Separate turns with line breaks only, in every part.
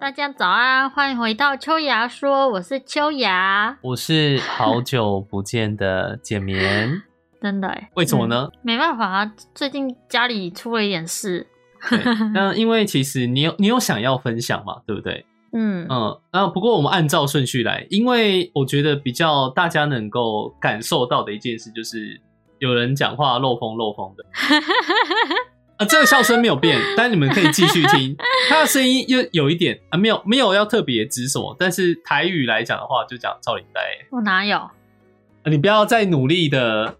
大家早安，欢迎回到秋芽说，我是秋芽。
我是好久不见的简眠，
真的哎，
为什么呢？
没办法啊，最近家里出了一点事。
对那因为其实你有你有想要分享嘛，对不对？
嗯，
嗯，那不过我们按照顺序来，因为我觉得比较大家能够感受到的一件事，就是有人讲话漏风漏风的啊，这个笑声没有变，但你们可以继续听，他的声音又有一点啊，没有没有要特别指什么，但是台语来讲的话，就讲赵林呆、
我哪有？
啊你不要再努 力的。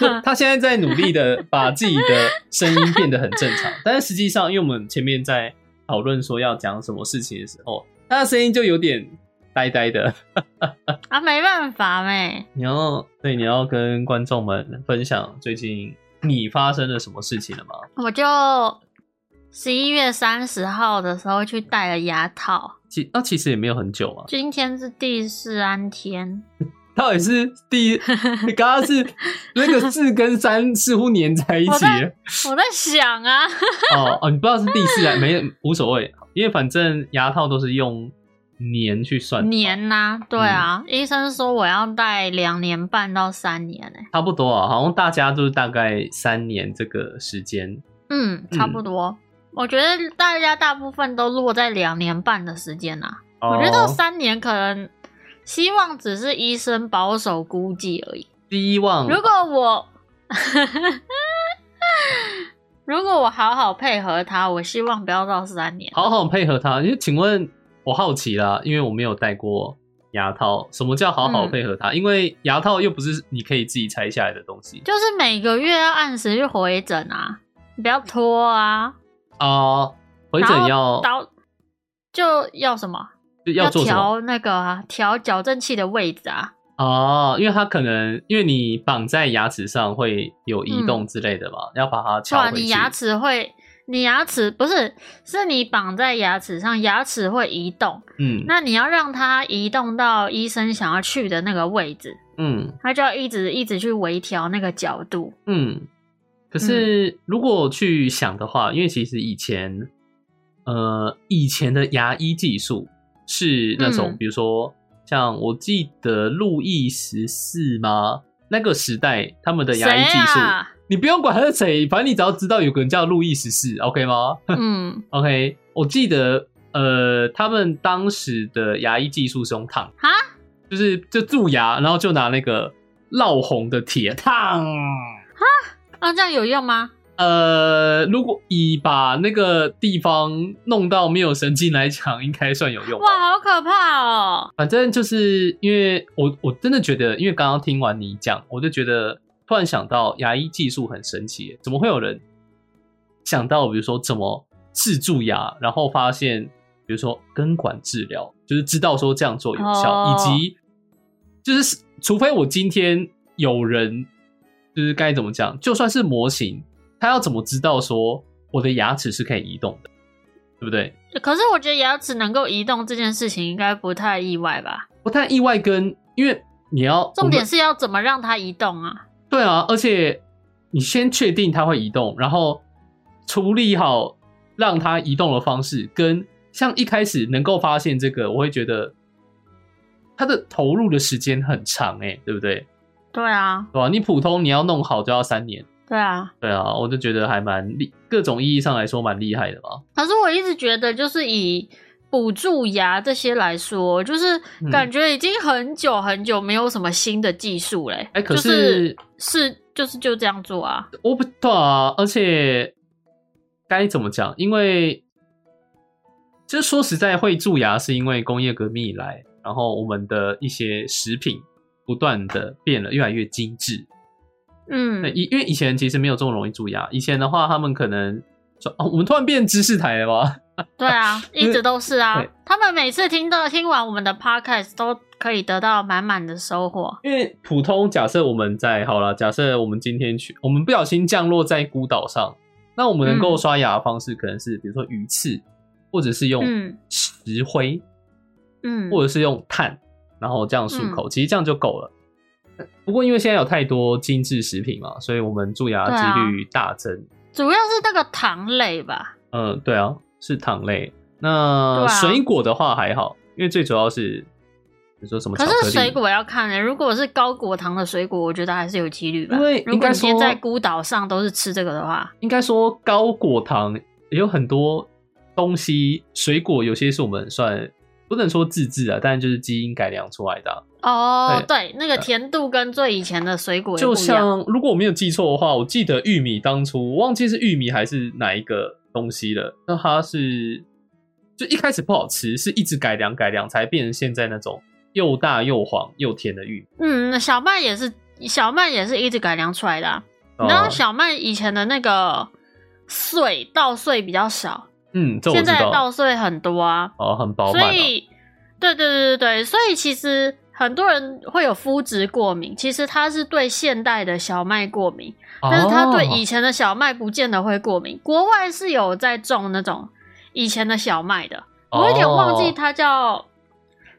就他现在在努力的把自己的声音变得很正常，但是实际上，因为我们前面在讨论说要讲什么事情的时候，他的声音就有点呆呆的。
啊，没办法没。
你要对你要跟观众们分享最近你发生了什么事情了吗？
我就十一月三十号的时候去戴了牙套，
其那、其实也没有很久啊，
今天是第四安天。
到底是第 一，你刚刚是那个四跟三似乎粘在一
我
起
在
了
我在想啊，
哦哦，你不知道是第四啊，没无所谓，因为反正牙套都是用年去算的嘛，
年呐、对啊，
嗯
医生说我要戴两年半到三年哎、
差不多啊，好像大家都是大概三年这个时间。
嗯，差不多。我觉得大家大部分都落在两年半的时间呐、我觉得到
哦
三年可能希望只是医生保守估计而已。
第一望，
如果我 如果我好好配合他，我希望不要到三年。
好好配合他，因为请问我好奇啦，因为我没有戴过牙套，什么叫好好配合
嗯
他？因为牙套又不是你可以自己拆下来的东西
就是每个月要按时去回诊啊，你不要拖啊。
啊、回
然
诊
后
要
刀就要什么？
要做什么
调那个啊调矫正器的位置啊。
哦，因为它可能因为你绑在牙齿上会有移动之类的嘛，要把它
嗯对
翘
啊，
回去。
你牙齿会，你牙齿不是，是你绑在牙齿上，牙齿会移动。
嗯
那你要让它移动到医生想要去的那个位置，
嗯
他就要一直一直去微调那个角度。
嗯。可
嗯
是如果去想的话，因为其实以前，呃，以前的牙医技术是那种，
嗯
比如说像我记得路易十四吗？那个时代他们的牙医技术，
谁啊？
你不用管他是谁，反正你只要知道有个人叫路易十四，OK 吗？
嗯，
OK，我记得呃，他们当时的牙医技术是用烫
哈，
就是就蛀牙，然后就拿那个烙红的铁烫。
啊，这样有用吗？
呃，如果以把那个地方弄到没有神经来讲，应该算有用吧。
哇，好可怕哦！
反正就是因为我我真的觉得，因为刚刚听完你讲，我就觉得突然想到牙医技术很神奇耶，怎么会有人想到比如说怎么治蛀牙，然后发现比如说根管治疗，就是知道说这样做有效，
哦
以及就是除非我今天有人就是该怎么讲，就算是模型，他要怎么知道说我的牙齿是可以移动的，对不对？
可是我觉得牙齿能够移动这件事情应该不太意外吧？
不太意外跟，因为你要
重
我们
点是要怎么让它移动啊？
对啊，而且你先确定它会移动，然后处理好让它移动的方式，跟像一开始能够发现这个，我会觉得它的投入的时间很长、欸，对不对？
对啊，
对吧、你普通你要弄好就要三年，
对啊。
对啊，我就觉得还蛮厉，各种意义上来说蛮厉害的吧。
可是我一直觉得，就是以补蛀牙这些来说，就是
嗯
感觉已经很久很久没有什么新的技术嘞、
哎、可
就是是是就是就这样做啊。
我不对啊，而且该怎么讲？因为就说实在，会蛀牙是因为工业革命以来，然后我们的一些食品不断的变了，越来越精致。对，
嗯，
以因为以前其实没有这么容易蛀牙，以前的话他们可能说，哦，我们突然变知识台了吗？
对啊，一直都是啊
对。
他们每次听到听完我们的 podcast 都可以得到满满的收获。
因为普通假设我们在好了，假设我们今天去，我们不小心降落在孤岛上，那我们能够
嗯
刷牙的方式可能是比如说鱼刺，或者是用
嗯
石灰。
嗯，
或者是用碳，然后这样漱口，其实这样就够了。不过因为现在有太多精致食品嘛，所以我们蛀牙
啊
几率大增。呃
主要是那个糖类吧。
嗯，对啊，是糖类。
对
那
啊
水果的话还好，因为最主要是你说什么巧
可
克力？
是水果要看呢、如果是高果糖的水果，我觉得还是有几率吧。
因为
如
应
果
该
你今天
说
在孤岛上都是吃这个的话，
应该说高果糖也有很多东西，水果有些是我们算不能说自制啊，但就是基因改良出来的啊、
哦，
对
对，那个甜度跟最以前的水果也
呃
不
就
一样。
像如果我没有记错的话，我记得玉米当初我忘记是玉米还是哪一个东西了，那它是就一开始不好吃，是一直改良改良才变成现在那种又大又黄又甜的玉米。
嗯，那小麦也是，小麦也是一直改良出来的、啊。然后
哦
小麦以前的那个穗稻穗比较少，
嗯，这我
现
知
在的稻
道，
穗很多啊。
哦，很饱满、
所
啊，
以，对对对对对，所以其实很多人会有麸质过敏，其实他是对现代的小麦过敏，
哦
但是他对以前的小麦不见得会过敏。国外是有在种那种以前的小麦的，
哦
我有点忘记它叫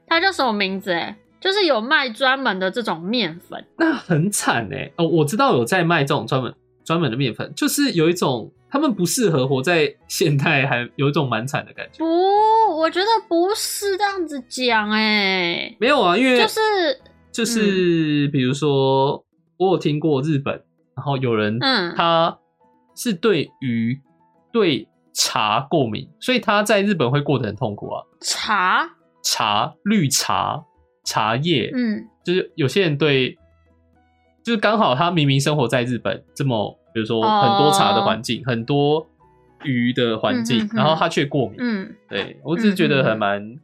它叫什么名字哎、就是有卖专门的这种面粉。
那很惨哎、哦，我知道有在卖这种专门专门的面粉，就是有一种他们不适合活在现代，还有一种蛮惨的感觉。
不，我觉得不是这样子讲哎、
没有啊，因为
就是嗯
就是比如说，我有听过日本，然后有人
嗯
他是对鱼对茶过敏，所以他在日本会过得很痛苦啊。
茶，
茶绿茶茶叶，
嗯
就是有些人对，就是刚好他明明生活在日本这么，比如说
哦
很多茶的环境，很多鱼的环境，
嗯哼哼
然后他却过敏。
嗯。
对我只是觉
嗯
得
嗯嗯
很蛮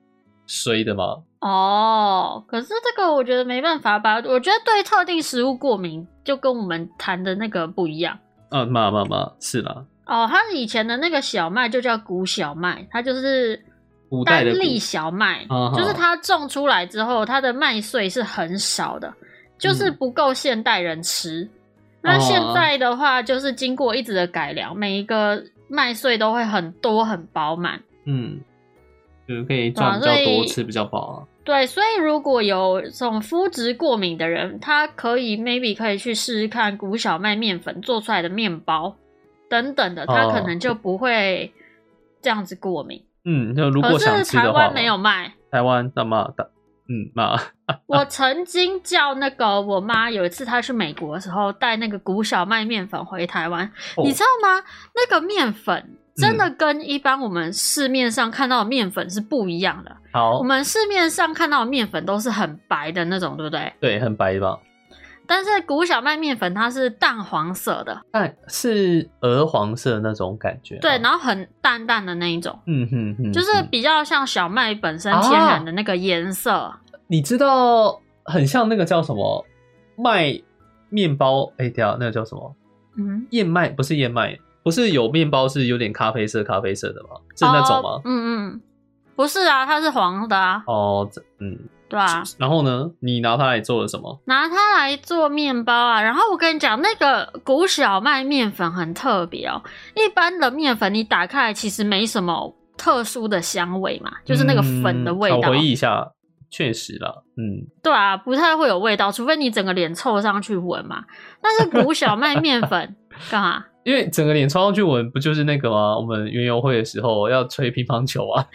衰的嘛。
哦，可是这个我觉得没办法吧？我觉得对特定食物过敏，就跟我们谈的那个不一样。
啊，嘛嘛嘛，是啦，
哦，它以前的那个小麦就叫谷小麦，它就是
古代
单
的古
粒小麦
啊，哈
就是它种出来之后，它的麦穗是很少的，就是
嗯
不够现代人吃。
哦
那现在的话，就是经过一直的改良，每一个麦穗都会很多很饱满。
嗯，就是可以
对啊
赚比
所
较多，
以
吃比较饱啊。
对，所以如果有这种肤质过敏的人，他可以 maybe 可以去试试看谷小麦面粉做出来的面包等等的，
哦
他可能就不会这样子过敏。
嗯，就如果
可
想
是
吃
台
的话啊
湾
嘛，
没有卖。
台湾那么大，嗯 嘛，
我曾经叫那个我妈，有一次她去美国的时候带那个谷小麦面粉回台湾，
哦嗯
你知道吗？那个面粉真的跟一般我们市面上看到的面粉是不一样的。
好
我，们市面上看到的面粉都是很白的那种，对不对？
对，很白吧？
但是谷小麦面粉它是淡黄色的，
但哎是鹅黄色那种感觉啊、
对，然后很淡淡的那一种，
嗯哼哼，
就是
嗯啊
比较像小麦本身天然的那个颜色。
你知道，很像那个叫什么卖面包？哎、对啊，那个叫什么
嗯，
燕麦？不是燕麦，不是有面包是有点咖啡色、咖啡色的吗？是那种
哦
吗？
嗯嗯，不是啊，它是黄的啊，
哦，这嗯，
对啊，
然后呢？你拿它来做了什么？
拿它来做面包啊。然后我跟你讲，那个谷小麦面粉很特别哦，一般的面粉你打开来其实没什么特殊的香味嘛，就是那个粉的味
嗯
道。
我回忆一下，确实啦，嗯，
对啊，不太会有味道，除非你整个脸凑上去闻嘛。但是谷小麦面 粉干嘛？
因为整个脸穿上去闻，不就是那个啊吗？我们园游会的时候要吹乒乓球 啊，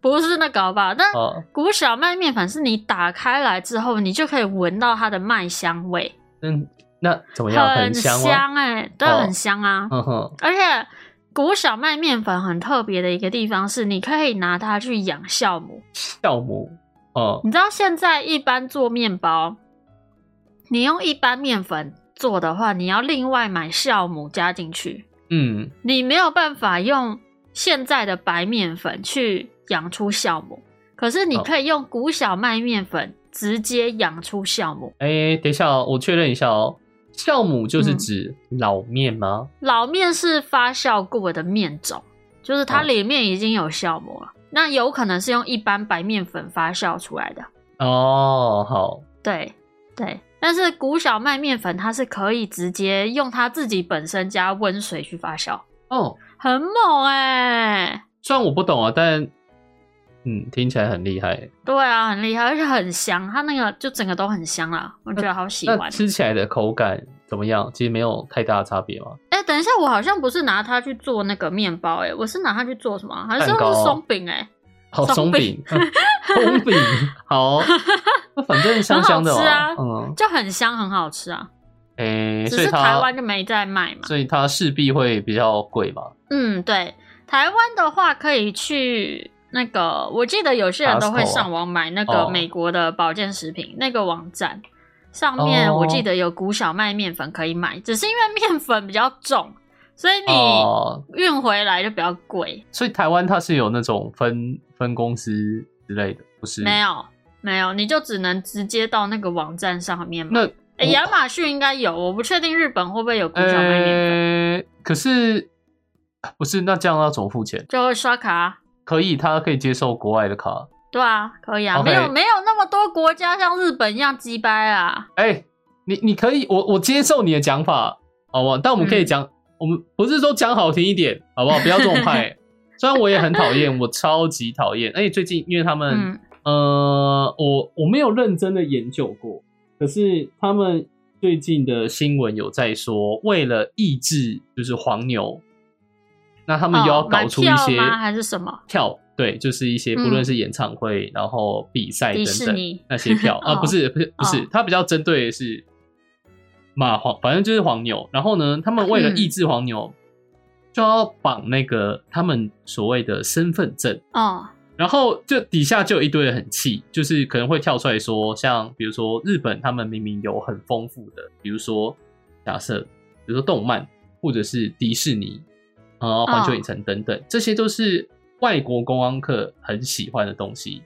不是那个好不好？但
啊，
谷小麦面粉是你打开来之后，你就可以闻到它的麦香味，
嗯，那怎么样？很
香
香吗？
哎、对，
哦
很香啊。
嗯哼，
而且谷小麦面粉很特别的一个地方是，你可以拿它去养酵母。
酵母，哦、
你知道现在一般做面包，你用一般面粉做的话，你要另外买酵母加进去。
嗯，
你没有办法用现在的白面粉去养出酵母，可是你
哦
可以用谷小麦面粉直接养出酵母。
哎、等一下哦，我确认一下哦，酵母就是
嗯
指老面吗？
老面是发酵过的面种，就是它
哦
里面已经有酵母了。那有可能是用一般白面粉发酵出来的，
哦，好，
对对。但是谷小麦面粉它是可以直接用它自己本身加温水去发酵，
哦，
很猛哎、
虽然我不懂啊，但嗯，听起来很厉害。
对啊，很厉害，而且很香，它那个就整个都很香啦，我觉得好喜
那
欢。
吃起来的口感怎么样？其实没有太大的差别嘛。
哎、等一下，我好像不是拿它去做那个面包、哎，我是拿它去做什么啊？还是
蛋糕
是松饼、哎，
好，松
松
饼
饼，
松饼，好，那反正香香的嘛，
很
嗯，
就很香，很好吃啊。
诶、
只
所以
是台湾
它，
就没在卖嘛。
所以它势必会比较贵嘛。
嗯，对，台湾的话可以去那个，我记得有些人都会
Costco 啊
上网买那
哦
个美国的保健食品、那个网站。上面
哦
我记得有谷小麦面粉可以买，只是因为面粉比较重，所以你
哦，
运回来就比较贵。
所以台湾它是有那种分分公司之类的，不是？
没有，没有，你就只能直接到那个网站上面买。
那
诶
我
亚马逊应该有，我不确定日本会不会有谷小麦面粉，
呃、可是不是？那这样要怎么付钱？
就会刷卡啊。
可以，他可以接受国外的卡。
对啊，可以啊
OK
没有没有那么多国家像日本一样鸡掰啊。
哎、你你可以，我我接受你的讲法，好不好？但我们可以
嗯
讲，我们不是说讲好听一点，好不好？不要这种 派。虽然我也很讨厌，我超级讨厌。而且最近因为他们，
嗯，
呃，我我没有认真的研究过，可是他们最近的新闻有在说，为了抑制就是黄牛，那他们又要
哦买
搞出一些、
票吗还是什么
票？对，就是一些不
嗯
论是演唱会，然后比赛哎等
迪士
等
尼
那 些票啊，
哦
不是不是不是
哦，
它比较针对的是马黄，反正就是黄牛。然后呢，他们为了
嗯
抑制黄牛，就要绑那个他们所谓的身份证。
哦，
然后就底下就有一堆人很气，就是可能会跳出来说，像比如说日本，他们明明有很丰富的，比如说假设，比如说动漫，或者是迪士尼，啊，环球影城等等，这些都是外国公安客很喜欢的东西。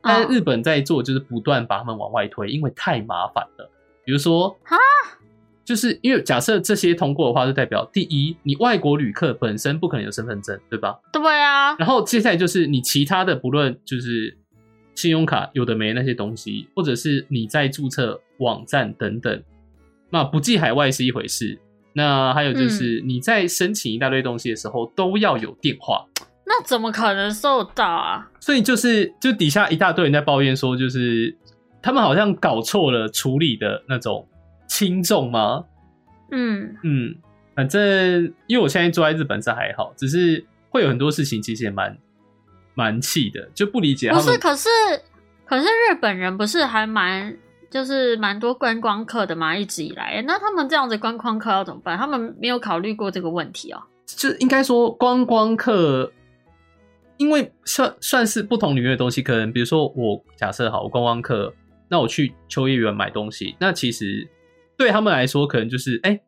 但是
哦
日本在做就是不断把他们往外推，因为太麻烦了。比如说
哈，
就是因为假设这些通过的话，就代表第一，你外国旅客本身不可能有身份证，对吧？
对啊，
然后接下来就是你其他的，不论就是信用卡有的没那些东西，或者是你在注册网站等等，那不计海外是一回事。那还有
嗯
就是你在申请一大堆东西的时候，都要有电话。
那怎么可能收得到啊？
所以就是就底下一大堆人在抱怨说，就是他们好像搞错了处理的那种轻重吗？
嗯，
嗯，反正因为我现在住在日本是还好，只是会有很多事情其实也蛮蛮气的，就不理解他
不
们。
是，可是可是日本人不是还蛮就是蛮多观光客的嘛，一直以来，那他们这样子观光客要怎么办？他们没有考虑过这个问题哦。
就应该说观光客，因为算算是不同领域的东西，可能比如说我假设好，我观光客，那我去秋叶原买东西，那其实对他们来说，可能就是哎、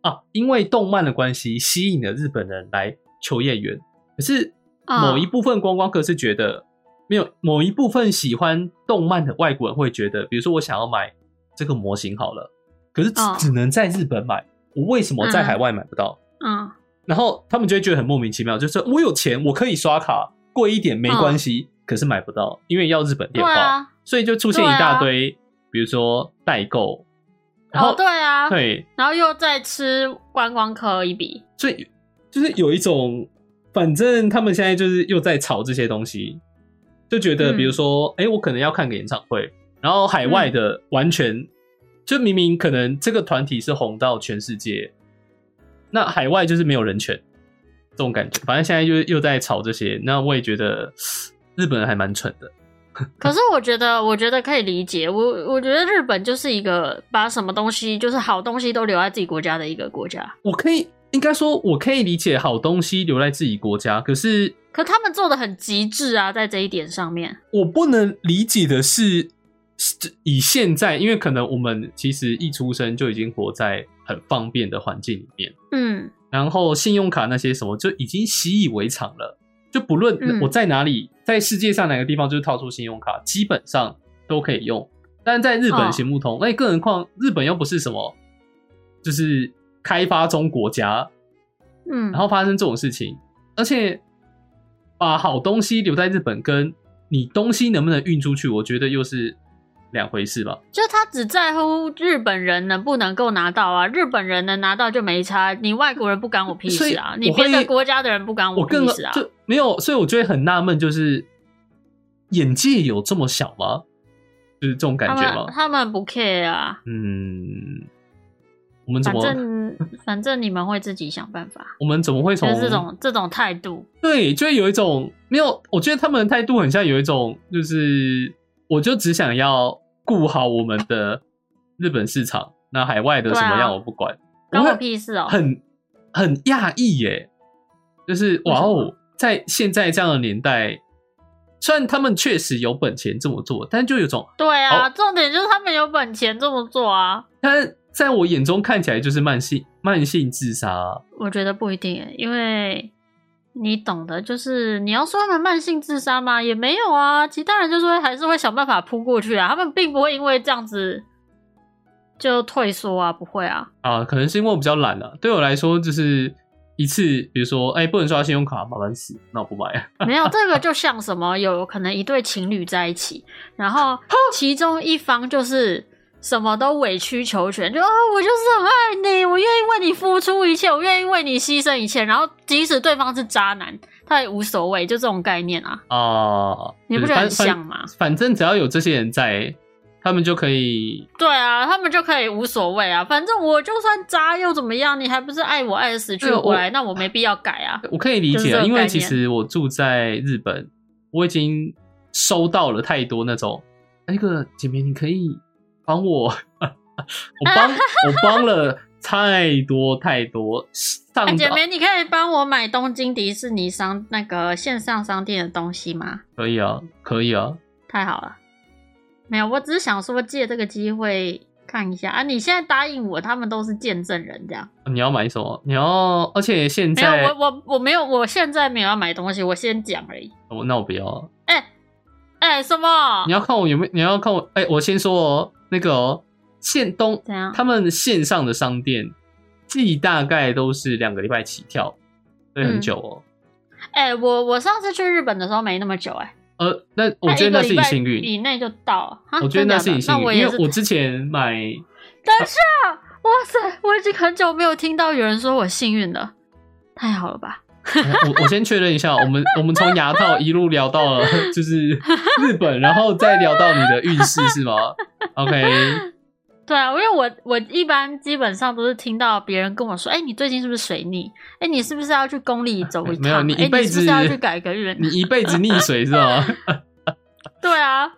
啊，因为动漫的关系，吸引了日本人来秋叶原。可是
啊
某一部分观光客是觉得没有，某一部分喜欢动漫的外国人会觉得，比如说我想要买这个模型好了，可是只
哦
只能在日本买，我为什么在
嗯
海外买不到？
嗯，
然后他们就会觉得很莫名其妙，就是我有钱，我可以刷卡，贵一点没关系，可是买不到，因为要日本
嗯对
电话，
啊，
所以就出现一大堆，比如说代购，然后、
哦对啊，
对，
然后又再吃观光客一笔，
所以就是有一种，反正他们现在就是又在炒这些东西，就觉得
嗯
比如说，哎、我可能要看个演唱会，然后海外的完全、就明明可能这个团体是红到全世界，那海外就是没有人权这种感觉。反正现在就是又在炒这些，那我也觉得日本人还蛮蠢的。
可是我觉得，我觉得可以理解。我我觉得日本就是一个把什么东西，就是好东西都留在自己国家的一个国家。
我可以应该说，我可以理解好东西留在自己国家，可是
可他们做的很极致啊，在这一点上面，
我不能理解的是，是以现在，因为可能我们其实一出生就已经活在很方便的环境里面，
嗯，
然后信用卡那些什么就已经习以为常了。就不论
嗯
我在哪里，在世界上哪个地方，就是掏出信用卡，基本上都可以用。但是在日本
哦
行不通，哎那、更何况日本又不是什么，就是开发中国家，
嗯，
然后发生这种事情，而且把好东西留在日本，跟你东西能不能运出去，我觉得又是两回事吧。
就他只在乎日本人能不能够拿到啊，日本人能拿到就没差，你外国人不干我屁
所以
事啊，你
我会
别的国家的人不干
我更
屁事啊，
就没有，所以我觉得很纳闷，就是眼界有这么小吗？就是这种感
他
觉
们
吗？
他们不 care 啊，
嗯，我们怎
反
么
正反正你们会自己想办法，
我们怎么会
就
从
是这种这种态度，
对，就会有一种没有，我觉得他们的态度很像有一种，就是我就只想要顾好我们的日本市场，那海外的
对
什
啊
么样我不管，
关
我
我
会
屁事哦、
很很讶异耶，就是
为
哇
什么
哦，在现在这样的年代，虽然他们确实有本钱这么做，但就有种，
对啊，
好
重点就是他们有本钱这么做啊。
但在我眼中看起来就是慢性慢性自杀啊、
我觉得不一定欸耶，因为你懂的，就是你要说他们慢性自杀吗？也没有啊，其他人就是会还是会想办法扑过去啊，他们并不会因为这样子就退缩啊，不会啊。
啊，可能是因为我比较懒啊。对我来说，就是一次，比如说，哎、不能刷信用卡，麻烦死，那我不买。
没有这个就像什么，有可能一对情侣在一起，然 后其中一方就是什么都委曲求全，就哦，我就是很爱你，我愿意为你付出一切，我愿意为你牺牲一切，然后即使对方是渣男，他也无所谓，就这种概念啊，
啊，
你不
就是
觉得很
反反
像吗？
反正只要有这些人在，他们就可以
对啊，他们就可以无所谓啊，反正我就算渣又怎么样，你还不是爱我爱得死去
对
活
我
来，那我没必要改啊。
我可以理
就是
解
这
啊，
个
因
概
为
念
其实我住在日本，我已经收到了太多那种，哎那个姐妹，你可以帮我，我 帮我帮了太多太多上
哎，姐
岛
妹，你可以帮我买东京迪士尼商那个线上商店的东西吗？
可以啊，可以啊，
太好了，没有，我只是想说借这个机会看一下啊。你现在答应我，他们都是见证人，这样
你要买什么？你要，而且现
没有
在
我我我没有，我现在没有要买东西，我先讲而已。
哦那我不要。
哎、哎、什么
你？要看我有没有？你要看我？哎、我先说哦，那个哦，线东
怎样
他们线上的商店季大概都是两个礼拜起跳，对，很
嗯
久哦。
哎、我我上次去日本的时候没那么久、哎，
呃，那我觉得那是你
一
幸运，
以内就到了。哈
我觉得那是你
啊真的假
幸
的那我
运，因
也
为
是。
我之前买
等一下，哇塞，我已经很久没有听到有人说我幸运了，太好了吧？
我我先确认一下，我们我们从牙套一路聊到了 就是日本，然后再聊到你的运势是吗？OK，
对啊，因为我我一般基本上都是听到别人跟我说，哎、你最近是不是水逆？哎、你是不是要去宫里走一趟？
没有你
哎
一辈子、
是不是要去改个运？啊
你一辈子溺水是吗？
对啊，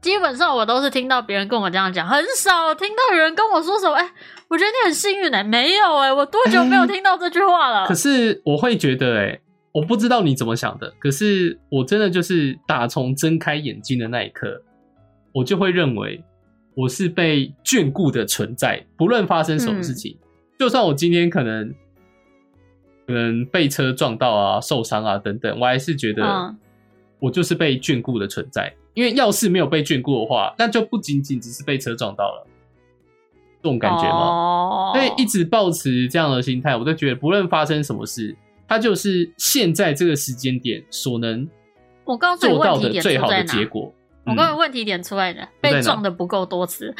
基本上我都是听到别人跟我这样讲，很少听到有人跟我说什么，哎、我觉得你很幸运哎、没有哎、我多久没 有听到这句话了？
可是我会觉得、欸，我不知道你怎么想的，可是我真的就是打从睁开眼睛的那一刻，我就会认为我是被眷顾的存在，不论发生什么事
嗯
情，就算我今天可能可能被车撞到啊、受伤啊等等，我还是觉得
嗯
我就是被眷顾的存在。因为要是没有被眷顾的话，那就不仅仅只是被车撞到了，这种感觉吗？
哦，
所以一直保持这样的心态，我都觉得不论发生什么事，它就是现在这个时间点所能
我告诉你
做
问
到
题
的
点
最
出
好
在
的
哪？
结果。嗯
我刚才问题点出来的，
在哪
被撞的不够多次。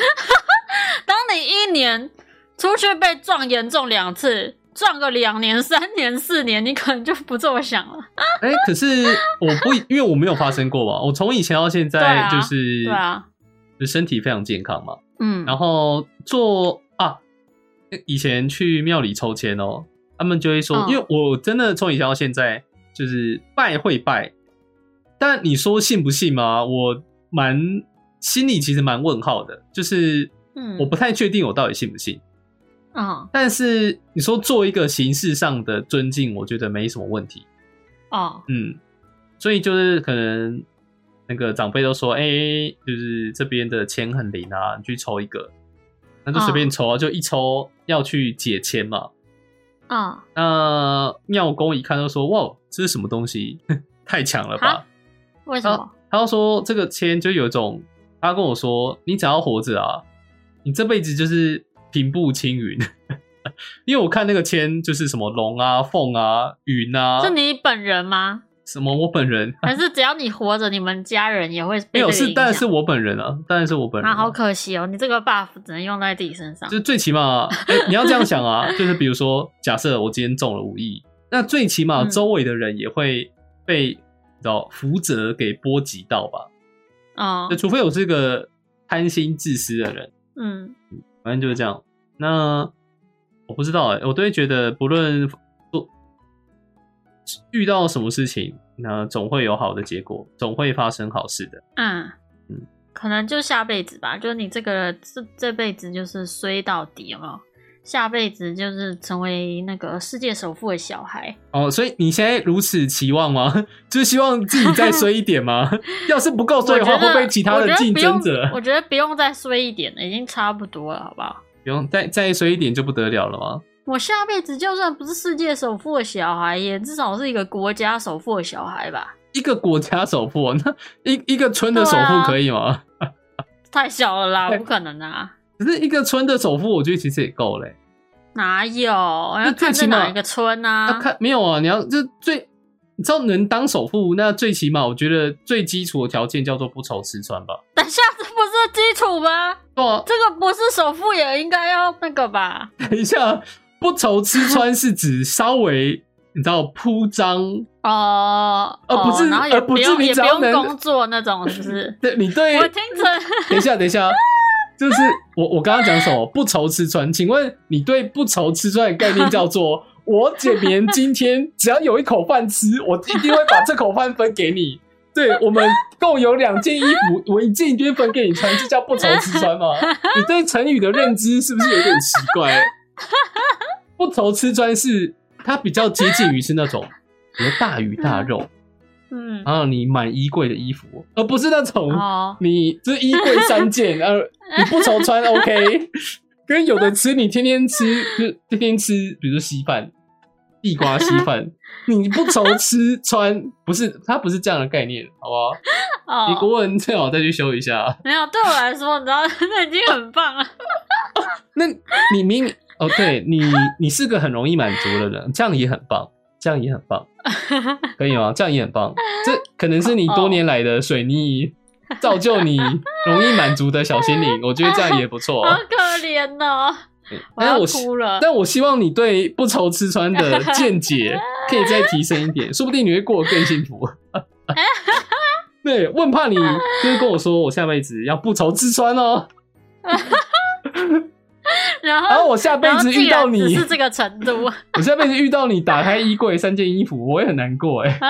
当你一年出去被撞严重两次，撞个两年、三年、四年，你可能就不这么想了。
哎、诶可是我不，因为我没有发生过嘛，我从以前到现
对
在
啊
就是
对啊，
就身体非常健康嘛，
嗯，
然后做啊，以前去庙里抽签哦，他们就会说，
嗯
因为我真的从以前到现在就是拜会拜，但你说信不信吗？我蛮心里其实蛮问号的，就是
嗯
我不太确定我到底信不信。
嗯
但是你说做一个形式上的尊敬，我觉得没什么问题。
哦，
嗯，所以就是可能那个长辈都说，哎、就是这边的签很灵啊，你去抽一个，那就随便抽啊，就一抽要去解签嘛。
嗯，
那庙公一看就说，哇，这是什么东西？ 太强了吧
哈！为什么？
他就说这个签就有一种，他跟我说，你只要活着啊，你这辈子就是平步青云。 因为我看那个签就是什么龙啊、凤啊、云啊，
是你本人吗？
什么我本人
还是只要你活着，你们家人也会
没
被这
有
个
是，
影
当然
响
是我本人啊，当然是我本人、
啊，好可惜哦，你这个 buff 只能用在自己身上
就。最起码、哎你要这样想啊，就是比如说，假设我今天中了五亿，那最起码
嗯
周围的人也会被你知道福泽给波及到吧？
哦
那，除非我是个贪心自私的人。
嗯，
反正就是这样。那我不知道哎、我都会觉得不论做遇到什么事情，那总会有好的结果，总会发生好事的。
嗯
嗯，
可能就下辈子吧，就是你这个这这辈子就是衰到底，有没有？下辈子就是成为那个世界首富的小孩，
哦，所以你现在如此期望吗？ 就是希望自己再衰一 点吗？要是不够衰
我
的
觉
话，
得
会不会其他的竞争者
我觉得不用？我觉得不用再衰一点了，已经差不多了，好不好？
不用再再衰一点就不得了了吗？
我下辈子就算不是世界首富的小孩，也至少是一个国家首富的小孩吧？
一个国家首富 哦，那一一个村的首
对
富
啊
可以吗？
太小了啦，
对
不可能啊！
可是一个村的首富，我觉得其实也够嘞、
哪有？要
最
看
起
在
码
哪一个村
要
啊？
看没有啊？你要就最，你知道能当首富，那最起码我觉得最基础的条件叫做不愁吃穿吧。
等一下，这不是基础吗？
对啊，
这个不是首富也应该要那个吧？
等一下，不愁吃穿是指稍微你知道铺张，
哦，
呃不是
哦、然后也
呃不是
用
你
也
只
不
要
用
能？
工作那种，是不是
对你 对
我听成
等一下，等一下，就是我我刚刚讲什么？不愁吃穿。请问你对不愁吃穿的概念叫做？我简明今天只要有一口饭吃，我一定会把这口饭分给你。对我们共有两件衣服，我一件一件分给你穿，这叫不愁吃穿吗？你对成语的认知是不是有点奇怪？不愁吃穿是它比较接近于是那种，比如大鱼大肉，
嗯
然后你满衣柜的衣服，而不是那种
哦，
你这衣柜三件，呃，你不愁穿 OK，跟有的吃你天天吃，就天天吃，比如说稀饭、地瓜稀饭，你不愁吃穿，不是它不是这样的概念，好不好？你
哦，
国文最好再去修一下。
没有，对我来说，你知道， 那已经很棒了。
那你明明哦，对你你是个很容易满足的人，这样也很棒，这样也很棒，可以吗？这样也很棒，这可能是你多年来的水泥。造就你容易满足的小心灵，我觉得这样也不错。
好可怜哦，
对
我
但
要
嗯哎我希
哭了。
但我希望你对不愁吃穿的见解可以再提升一 点，说不定你会过得更幸福。 对，问怕你就是跟我说，我下辈子要不愁吃穿哦，
然
然后
后，
啊我下辈
然后
子
竟
遇到
然只
你，
是这个程度，
我下辈子遇到你打开衣柜三件衣服，我也很难过 哎。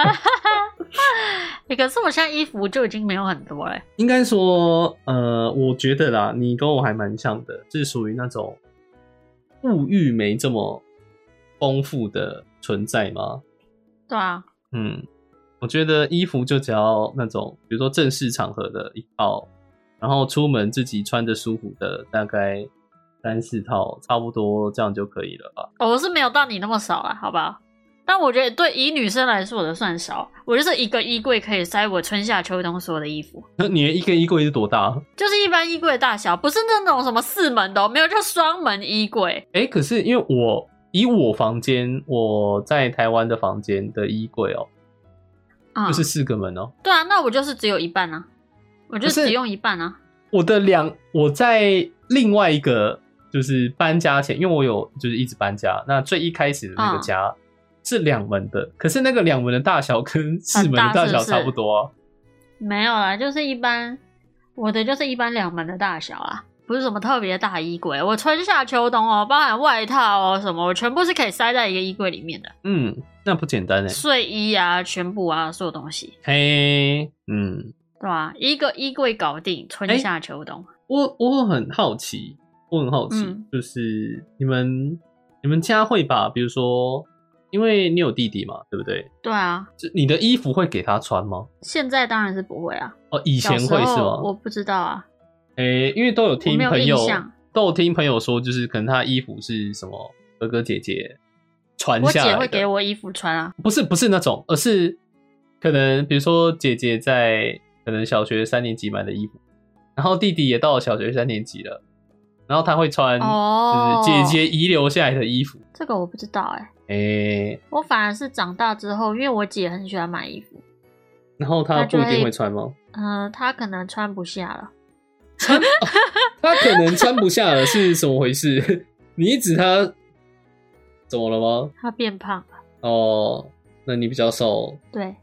欸可是我现在衣服就已经没有很多了。
应该说，呃，我觉得啦，你跟我还蛮像的，是属于那种物欲没这么丰富的存在吗？
对啊，
嗯，我觉得衣服就只要那种，比如说正式场合的一套，然后出门自己穿着舒服的，大概三四套，差不多这样就可以了吧？
哦我是没有到你那么少啊，好不好？但我觉得对以女生来说，我的算少。我就是一个衣柜可以塞我春夏秋冬所有的衣服，
那你的一个衣柜是多大？
就是一般衣柜的大小，不是那种什么四门的、哦，没有，就双门衣柜。
哎、可是因为我以我房间，我在台湾的房间的衣柜哦、
啊、
就是四个门哦、
对啊，那我就是只有一半啊，我就
可是
只用一半啊。
我的两，我在另外一个就是搬家前，因为我有就是一直搬家，那最一开始的那个家、是两门的，可是那个两门的大小跟四门的大小差不多啊、
没有啦，就是一般我的就是一般两门的大小啊，不是什么特别大衣柜。我春夏秋冬哦，包含外套哦什么，我全部是可以塞在一个衣柜里面的，
嗯，那不简单哎、
睡衣啊、全部啊，所有东西，
嘿，嗯，
对吧、一个衣柜搞定，
哎
春夏秋冬。
我我很好奇，我很好奇，
嗯
就是你们你们家会把，比如说，因为你有弟弟嘛，对不对？
对啊，
就你的衣服会给他穿吗？
现在当然是不会啊，
哦，以
以
前会是吗？
我不知道啊，
诶、因为都有听
我没有
朋友
印象
都有听朋友说，就是可能他衣服是什么哥哥姐姐传
我
下
姐
来
会给
的，
我衣服穿啊。
不是不是那种，而是可能比如说姐姐在可能小学三年级买的衣服，然后弟弟也到了小学三年级了，然后他会穿
哦
就是姐姐遗留下来的衣服，
这个我不知道哎、
诶、
我反而是长大之后，因为我姐很喜欢买衣服，
然后他
那就
不一定
会
会穿吗？
嗯、她可能穿不下了。
他可能穿不下了，是什么回事？ 你一指他怎么了吗？
她变胖了，
哦，那你比较瘦。
对，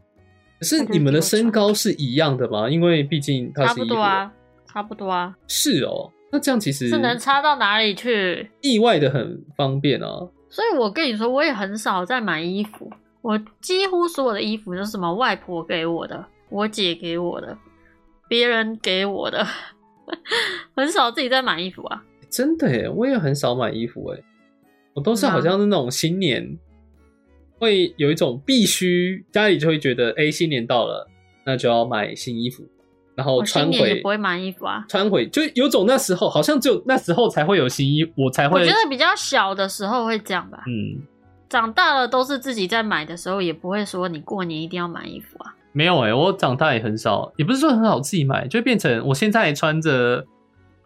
可是你们的身高是一样的吗？因为毕竟它
差
是
不
衣服
多，啊，差不多啊。
是哦，那这样其实
是能差到哪里去？
意外的很方便啊。
所以我跟你说，我也很少在买衣服，我几乎所有的衣服都是什么外婆给我的，我姐给我的，别人给我的， 很少自己在买衣服啊。
真的耶，我也很少买衣服哎，我都是
啊
好像是那种新年会有一种必须，家里就会觉得哎、诶新年到了，那就要买新衣服，然后
我
哦穿
哦新年
回
也不会买衣服啊。
穿回，就有种那时候好像只有那时候才会有新衣，我才
我
会
觉得比较小的时候会这样吧，
嗯
长大了都是自己在买的时候，也不会说你过年一定要买衣服啊。
没有哎，我长大也很少，也不是说很少自己买，就变成我现在穿着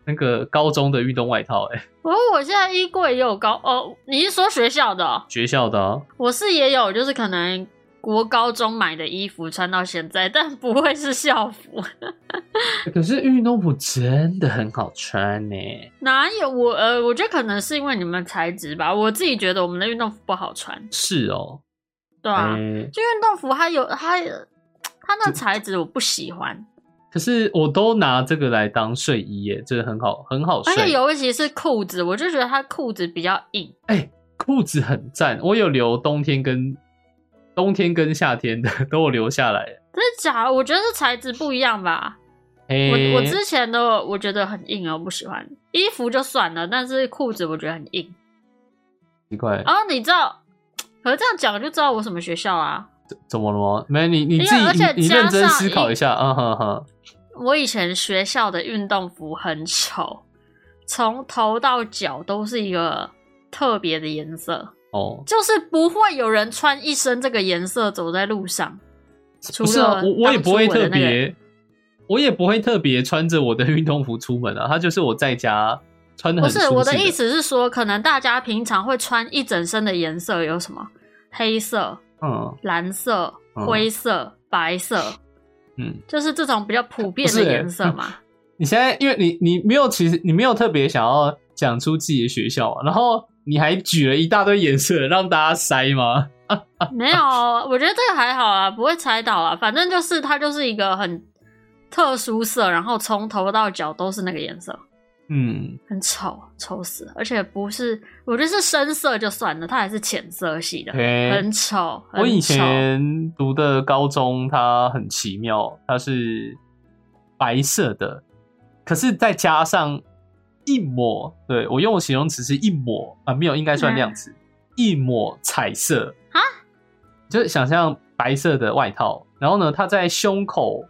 那个高中的运动外套哎，
不过我现在衣柜也有高哦，你是说学校的哦、
学校的、啊。
我是也有，就是可能国高中买的衣服穿到现在，但不会是校服。
可是运动服真的很好穿欸呢、
哪有我呃，我觉得可能是因为你们材质吧，我自己觉得我们的运动服不好穿，
是哦，
对啊，
嗯
就运动服它有它它那材质我不喜欢，
可是我都拿这个来当睡衣耶，真的很好，很好
而且
睡。
尤其是裤子，我就觉得它裤子比较硬。
哎、裤子很赞，我有留冬天跟冬天跟夏天的 都有留下来。
真的假的？我觉得是材质不一样吧。
哎、
我我之前的我觉得很硬啊，我不喜欢。衣服就算了，但是裤子我觉得很硬。
奇怪、
然后你知道，可是这样讲就知道我什么学校啊。
怎么了吗？没你你
没有
自
而
己
且
你你
加
认真
上
思考
一
一下啊哈哈。
我以前学校的运动服很丑，从头到脚都是一个特别的颜色，
哦，
就是不会有人穿一身这个颜色走在路上。除
不是啊
了，
我我也
当初
不会
我的
特
那个
别，我也不会特别穿着我的运动服出门啊，它就是我在家穿的
不
很舒适
是我的意思是说，可能大家平常会穿一整身的颜色有什么？黑色、
嗯
蓝色、
嗯
灰色、白色，
嗯。
就是这种比较普遍
不
的
是欸
颜色 嘛。
你现在因为你你没有其实你没有特别想要讲出自己的学校嘛，啊然后你还举了一大堆颜色让大家筛吗？
没有，我觉得这个还好啊，不会猜到啊。反正就是它就是一个很特殊色，然后从头到脚都是那个颜色，
嗯，
很丑，丑死了！而且不是，我觉得是深色就算了，它还是浅色系的，
嘿
很丑。很
我以
丑
前读的高中它很奇妙，它是白色的，可是再加上一抹，对我用的形容词是一抹啊，没有应该算量词，一抹彩色
嗯啊，
就是想象白色的外套，然后呢，它在胸口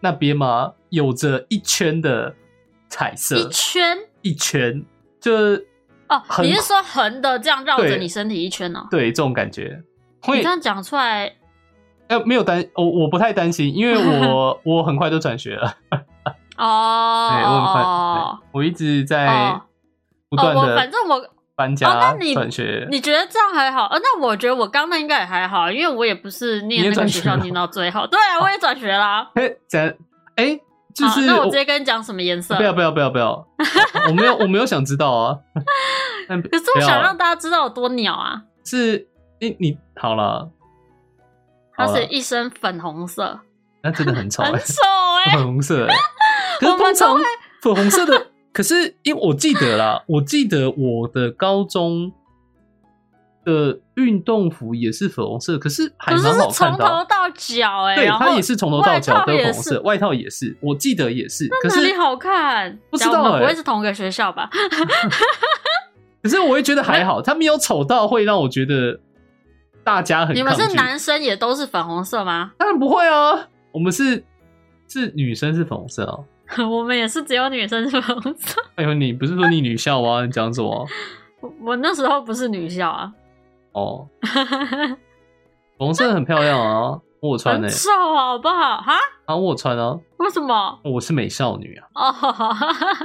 那边嘛，有着一圈的彩
一
色，
圈
一圈，就是
哦，
很
你是说横的这样绕着
对
你身体一圈哦？
对这种感觉，
你
会
这样讲出来，
呃，没有担，我我不太担心，因为 我我很快就转学了，
哦
对，哎我很快，哎
哦
对我一直在
哦
不断
哦我
的，
反正我
搬
哦
家
那你
转学，
你觉得这样还好？呃，那我觉得我刚那应该也还好，啊因为我也不是
你
念那
也
个
转
学
学
校
了
念到最后，对啊，我也转学啦。
哎，咱哎，就
好
是
那我直接跟你讲什么颜色
不。要不要不要 不要，我没有我没有想知道啊，但
可是
不
我
要
想
啊
让大家知道有多鸟啊！
是你你好了，
它
好
是
啦
一身粉红色，
那真的很丑
很
哎，
丑哎、
粉 红色哎，可
我
是
们都
通常粉红色的， 可是因为我记得啦，我记得我的高中的运动服也是粉红色，可是还
可是
蛮
是
好看
从
的啊、
头到脚哎、
对，
然后
它也是从头到脚
外套
都
也
粉
是
红色，外套也是，我记得也是。可
哪
是
里好看？
不知
讲我
道
们
哎、
不会是同一个学校吧？
可是我会觉得还好，它没有丑到会让我觉得大家很
你们
抗
是
拒
男生也都是粉红色吗？
当然不会啊，我们是是女生是粉红色哦、
我们也是只有女生是粉红色。
哎呦，你不是说你女校吗？你讲什么？
我我那时候不是女校啊，
哦，粉红色很漂亮啊，我有穿
很
呢、
丑好不好？哈？
啊，我有穿啊，
为什么？
我是美少女啊，
哦，哈哈哈哈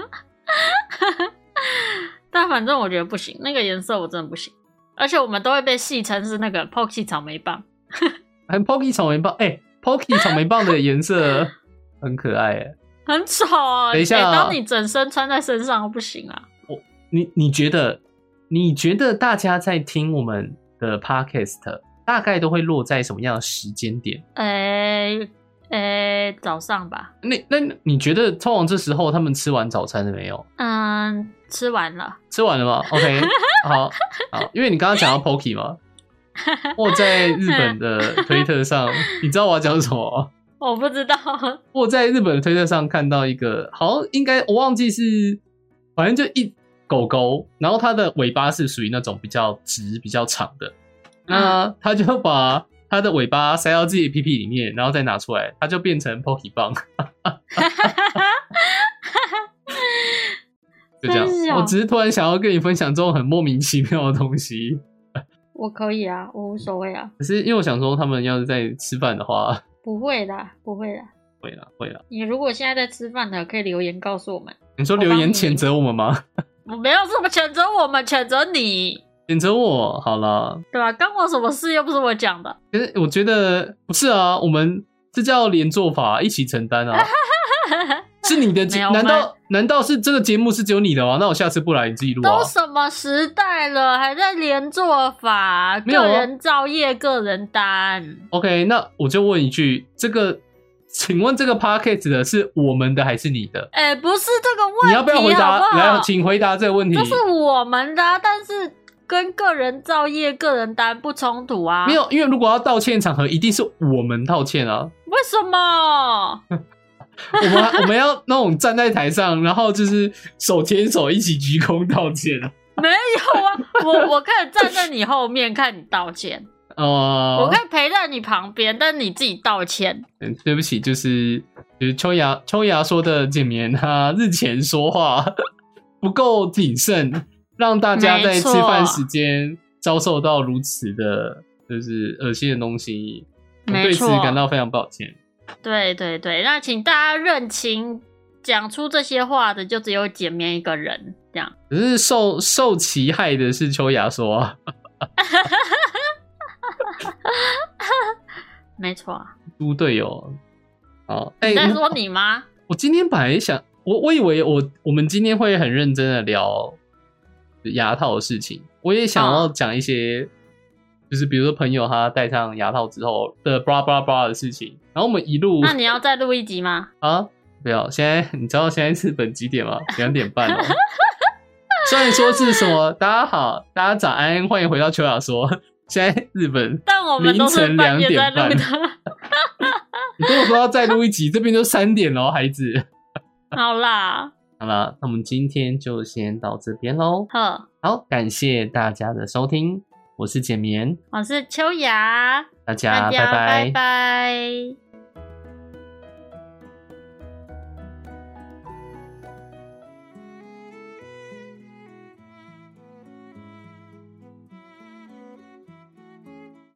但反正我觉得不行，那个颜色我真的不行，而且我们都会被戏称是那个 Pocky 草莓棒。
还 Pocky 草莓棒，哎、p o c k y 草莓棒的颜色很可爱哎、
很丑啊！
等一下
欸
啊
当你整身穿在身上不行啊！
你你觉得，你觉得大家在听我们的 podcast，大概都会落在什么样的时间点？
哎、诶、早上吧，
那那你觉得通常这时候他们吃完早餐了没有？
嗯，吃完了，
吃完了吗？OK，好 好，因为你刚刚讲到 Pocky 嘛，我在日本的推特上，你知道我要讲什么吗？
我不知道，
我在日本的推特上看到一个，好像应该我忘记是，反正就一狗狗，然后它的尾巴是属于那种比较直、比较长的，
嗯
那它就把它的尾巴塞到自己的屁屁里面，然后再拿出来，它就变成 Pocky 棒， 就这样
真是。哦
我只是突然想要跟你分享这种很莫名其妙的东西，
我可以啊，我无所谓啊，
可是因为我想说，他们要是在吃饭的话，
不会的，啊不会的。
会啦会啦。
你如果现在在吃饭的，可以留言告诉我们。
你说
我帮
留言
你
谴责我们吗？
我没有什么谴责我们，谴责你，
谴责我好了。
对吧？干我什么事？又不是我讲的。
可是我觉得不是啊，我们这叫连做法，一起承担啊。是你的节
没有，
难
我
道难道是这个节目是只有你的吗？那我下次不来，你自己录啊
都。什么时代了，还在连做法、
没有啊
个人造业、个人单？
OK，那我就问一句，这个，请问这个 p a c k a g e 的是我们的还是你的？
哎、不是这个问题，
你要不要回答？
好不好
来，啊请回答这个问题。
这是我们的啊、但是跟个人造业、个人单不冲突啊。
没，有，因为如果要道歉场合，一定是我们道歉啊。
为什么？
我们 我们要那种站在台上，然后就是手牵手一起鞠躬道歉啊。
没有啊，我我可以站在你后面看你道歉，
哦、
我可以陪在你旁边，但你自己道歉。
嗯，对不起，就是就是秋雅秋雅说的简棉，她日前说话不够谨慎，让大家在
没
吃
错
饭时间遭受到如此的，就是恶心的东西，我
没
对此
错
感到非常抱歉。
对对对，那请大家认清，讲出这些话的就只有简面一个人，这样
可是受受其害的是秋雅说啊，
没错啊。
猪队友。好，哎、
你在
你
说你吗？
我今天本来想，我我以为我我们今天会很认真的聊牙套的事情，我也想
嗯
要讲一些，就是比如说朋友他戴上牙套之后的 bra bra bra 的事情，然后我们一路
那你要再录一集吗？
啊，不要，现在你知道现在日本几点吗？两点 半哦。虽然说是什么，大家好，大家早安，欢迎回到秋雅说。现在日本，
但我们都是
凌晨
半夜在
2:30
录的。
你跟我说要再录一集，这边都三点了哦，孩子。
好啦，
好了，那我们今天就先到这边喽。
呵，
好，感谢大家的收听，我是简眠，
我是秋雅，
大家
大家
拜
拜拜